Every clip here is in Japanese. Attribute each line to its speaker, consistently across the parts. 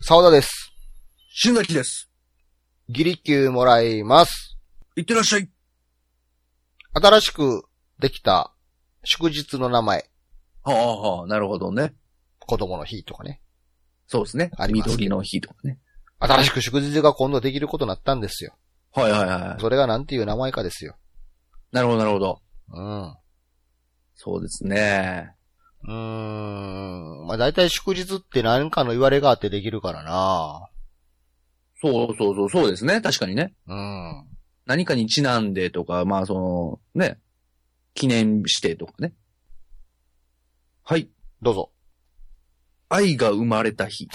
Speaker 1: 沢田です。
Speaker 2: 新崎です。
Speaker 1: ギリ級もらいます。
Speaker 2: いってらっしゃい。
Speaker 1: 新しくできた祝日の名前、
Speaker 2: はあはあ、なるほどね。
Speaker 1: 子供の日とかね。
Speaker 2: そうですね。
Speaker 1: あります
Speaker 2: 緑の日とかね。
Speaker 1: 新しく祝日が今度できることになったんですよ。
Speaker 2: はいはいはい。
Speaker 1: それがなんていう名前かですよ。
Speaker 2: なるほどなるほど。
Speaker 1: うん。
Speaker 2: そうですね。
Speaker 1: うーん。まあ、大体祝日って何かの言われがあってできるからな
Speaker 2: そうそうそう、そうですね。確かにね。
Speaker 1: うん。
Speaker 2: 何かにちなんでとか、まあその、ね。記念してとかね。はい。
Speaker 1: どうぞ。
Speaker 2: 愛が生まれた日。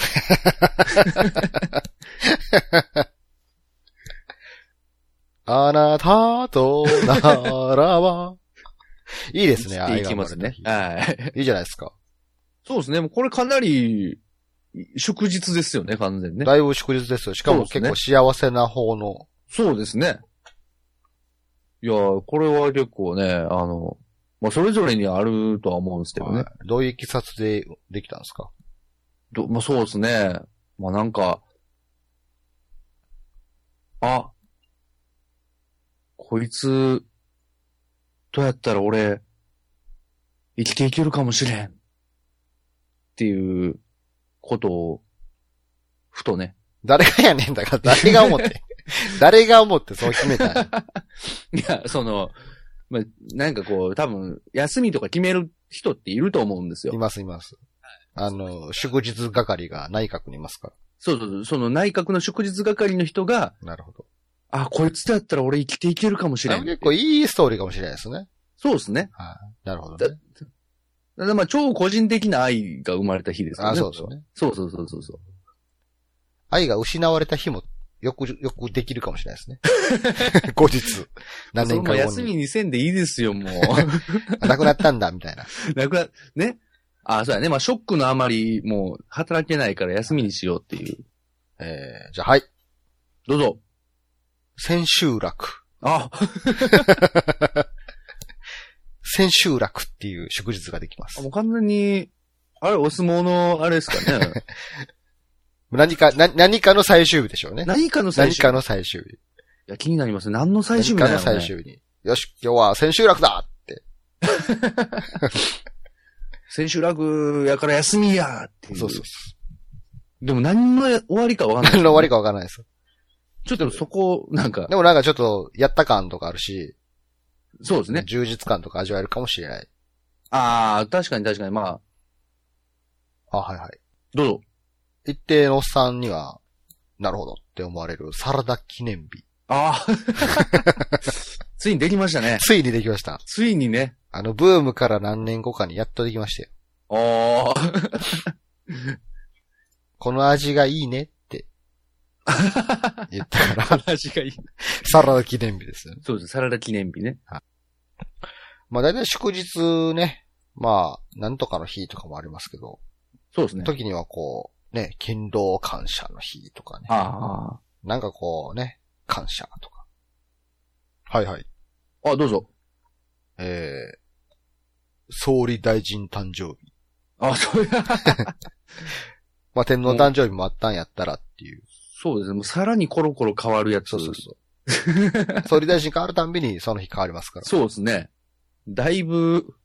Speaker 1: あなたとなら ば。いいですね、
Speaker 2: 生きていきますね
Speaker 1: 愛。が生まれ
Speaker 2: はい。
Speaker 1: た日いいじゃないですか。
Speaker 2: そうですね。もうこれかなり、祝日ですよね、完全にね。
Speaker 1: だいぶ祝日ですよ。しかも
Speaker 2: そう
Speaker 1: 結
Speaker 2: ですね
Speaker 1: 構幸せな方の。
Speaker 2: そうですね。いやー、これは結構ね、あの、まあ、それぞれにあるとは思うんですけど
Speaker 1: は
Speaker 2: ね
Speaker 1: い。どういう経緯でできたんですか
Speaker 2: どまあ、そうですね。まあ、なんか、あ、こいつ、どうやったら俺、生きていけるかもしれん。っていう、ことを、ふとね。
Speaker 1: 誰がやねんだ から、誰が思って。誰が思ってそう決めたんや
Speaker 2: いや、その、まあ、なんかこう、多分、休みとか決める人っていると思うんですよ
Speaker 1: い。ます、います。あの、祝日係が内閣にいますか
Speaker 2: そうそうそう、その内閣の祝日係の人が、
Speaker 1: ら。なるほど。
Speaker 2: あ、こいつだったら俺生きていけるかもしれん。
Speaker 1: 結構いいストーリーかもしれないですね。
Speaker 2: そうですね。
Speaker 1: なるほどね。
Speaker 2: だからまあ、超個人的な愛が生まれた日ですよね。
Speaker 1: あそうですね。
Speaker 2: そうそうそうそうそう。
Speaker 1: 愛が失われた日も、よく、よくできるかもしれないです ね。後日。何
Speaker 2: そ
Speaker 1: 年
Speaker 2: のま
Speaker 1: か後
Speaker 2: あ休み
Speaker 1: に。
Speaker 2: にせんでいいですよ、も
Speaker 1: あなくなったんだ、みたいな。
Speaker 2: う。なくな、ね。あ、そうやね。まあ、ショックのあまり、もう、働けないから休みにしようっていう。
Speaker 1: えー、じゃあ、はい。
Speaker 2: どうぞ。
Speaker 1: 千秋楽。
Speaker 2: あ、
Speaker 1: 千秋楽っていう祝日ができま
Speaker 2: あ
Speaker 1: す
Speaker 2: も。う完全に、あれ、お相撲の、あれです かね。
Speaker 1: 何か、な、何かの最終日でしょうね。
Speaker 2: 何かの最
Speaker 1: 何
Speaker 2: 終
Speaker 1: か
Speaker 2: 日。い
Speaker 1: の最終日。
Speaker 2: や、気になりますね。何の最終
Speaker 1: 何
Speaker 2: 日な
Speaker 1: か
Speaker 2: の、
Speaker 1: の
Speaker 2: ね、
Speaker 1: 最終日に。よし、今日は千秋楽だって。
Speaker 2: 先週楽やから休みやーっていう。
Speaker 1: そうそう。
Speaker 2: でも何の終わりかわかんない。
Speaker 1: 何の終わり
Speaker 2: か。
Speaker 1: かわからないです。
Speaker 2: ちょっとそこ、なんか、
Speaker 1: でもなんかちょっと、やった感とかあるし、
Speaker 2: そうですね。
Speaker 1: 充実感とか味わえるかもしれない。
Speaker 2: ああ、確かに確かに。まあ、
Speaker 1: あ、はいはい。
Speaker 2: どうぞ。
Speaker 1: 一定のおっさんには、なるほどって思われるサラダ記念日。
Speaker 2: ああ。ついにできましたね。
Speaker 1: ついにできました。
Speaker 2: ついにね。
Speaker 1: あの、ブームから何年後かにやっとできましたよ。
Speaker 2: ああ。
Speaker 1: この味がいいね って。言ったから、
Speaker 2: 話がいい。
Speaker 1: サラダ記念日ですよね。
Speaker 2: そうです。サラダ記念日ね。
Speaker 1: まあ大体祝日ね、まあ、なんとかの日とかもありますけど、
Speaker 2: そうですね。
Speaker 1: 時にはこう、ね、勤労感謝の日とかね。
Speaker 2: あ
Speaker 1: なんかこうね、感謝とか。はいはい。
Speaker 2: あ。あ、どうぞ。
Speaker 1: えー、総理大臣誕生日。
Speaker 2: あそう や。
Speaker 1: まあ、天皇誕生日もあったんやったらっていう。
Speaker 2: そうですね。もうさらにコロコロ変わるやつ。
Speaker 1: そうそうそう。総理大臣変わるたんびにその日変わりますから。
Speaker 2: そうですね。だいぶ、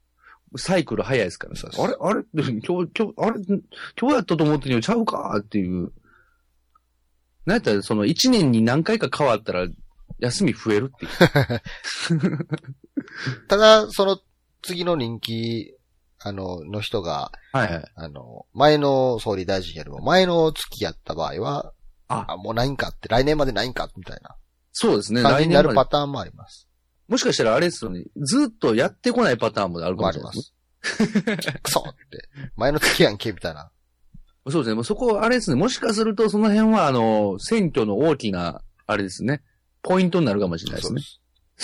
Speaker 2: サイクル早いですから
Speaker 1: そ
Speaker 2: さ
Speaker 1: う。そう
Speaker 2: あれあれ今日、今日、あれ今日やったと思ってんのにちゃうかっていう。なんやったら、その一年に何回か変わったら、休み増えるっていう。
Speaker 1: ただ、その次の人気、あの、の人が、
Speaker 2: はいはい。
Speaker 1: あの、前の総理大臣よりも前の月やった場合は、
Speaker 2: あ
Speaker 1: もうないんかって、来年までないんか、みたいな
Speaker 2: そうですね。
Speaker 1: 感じ
Speaker 2: 来
Speaker 1: にな
Speaker 2: 年
Speaker 1: るパ
Speaker 2: まで。
Speaker 1: ターンもあります。
Speaker 2: もしかしたらあれですよね。ずっとやってこないパターンもあるか
Speaker 1: もあ
Speaker 2: もし
Speaker 1: り
Speaker 2: れ
Speaker 1: ま
Speaker 2: ないですね。
Speaker 1: す。くそって。前の月やんけ、みたいな。
Speaker 2: そうですね。もうそこ、あれですね。もしかすると、その辺は、あの、選挙の大きな、あれですね。ポイントになるかもしれないですね。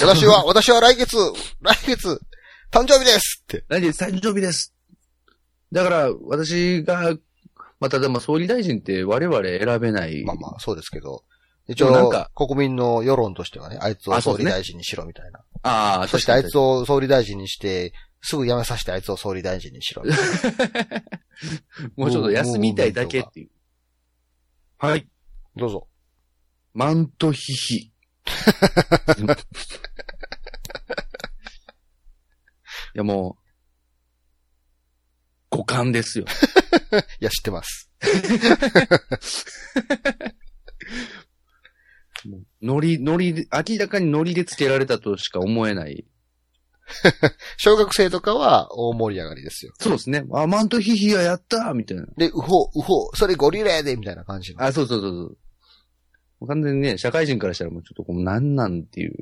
Speaker 1: 私は、私は来月、来月、誕生日ですって。
Speaker 2: 来月誕生日です。だから、私が、またでも総理大臣って我々選べない。
Speaker 1: まあまあ、そうですけど。一
Speaker 2: でもなん
Speaker 1: 応
Speaker 2: か、
Speaker 1: 国民の世論としてはね、あいつを
Speaker 2: あそ
Speaker 1: 総
Speaker 2: うで
Speaker 1: 理
Speaker 2: すね
Speaker 1: 大臣にしろみたいな。
Speaker 2: あ。あ
Speaker 1: そしてあいつ
Speaker 2: を。
Speaker 1: を総理大臣にして、すぐ辞めさせてあいつを総理大臣にしろみたいな。
Speaker 2: もうちょっと休みたいだけっていう。はい。
Speaker 1: どうぞ。
Speaker 2: マントヒ ヒ。いや、もう、五感ですよ。
Speaker 1: いや、知ってます。
Speaker 2: ノリ、ノリで、明らかにノリでつけられたとしか思えない。
Speaker 1: 小学生とかは大盛り上がりですよ。
Speaker 2: そうですね。あ、マントヒヒややったーみたいな。
Speaker 1: で、うほう、うほう、それゴリラやでみたいな感じの。
Speaker 2: あ、そうそうそうそう。もう完全にね、社会人からしたらもうちょっとこう、なんなんっていう。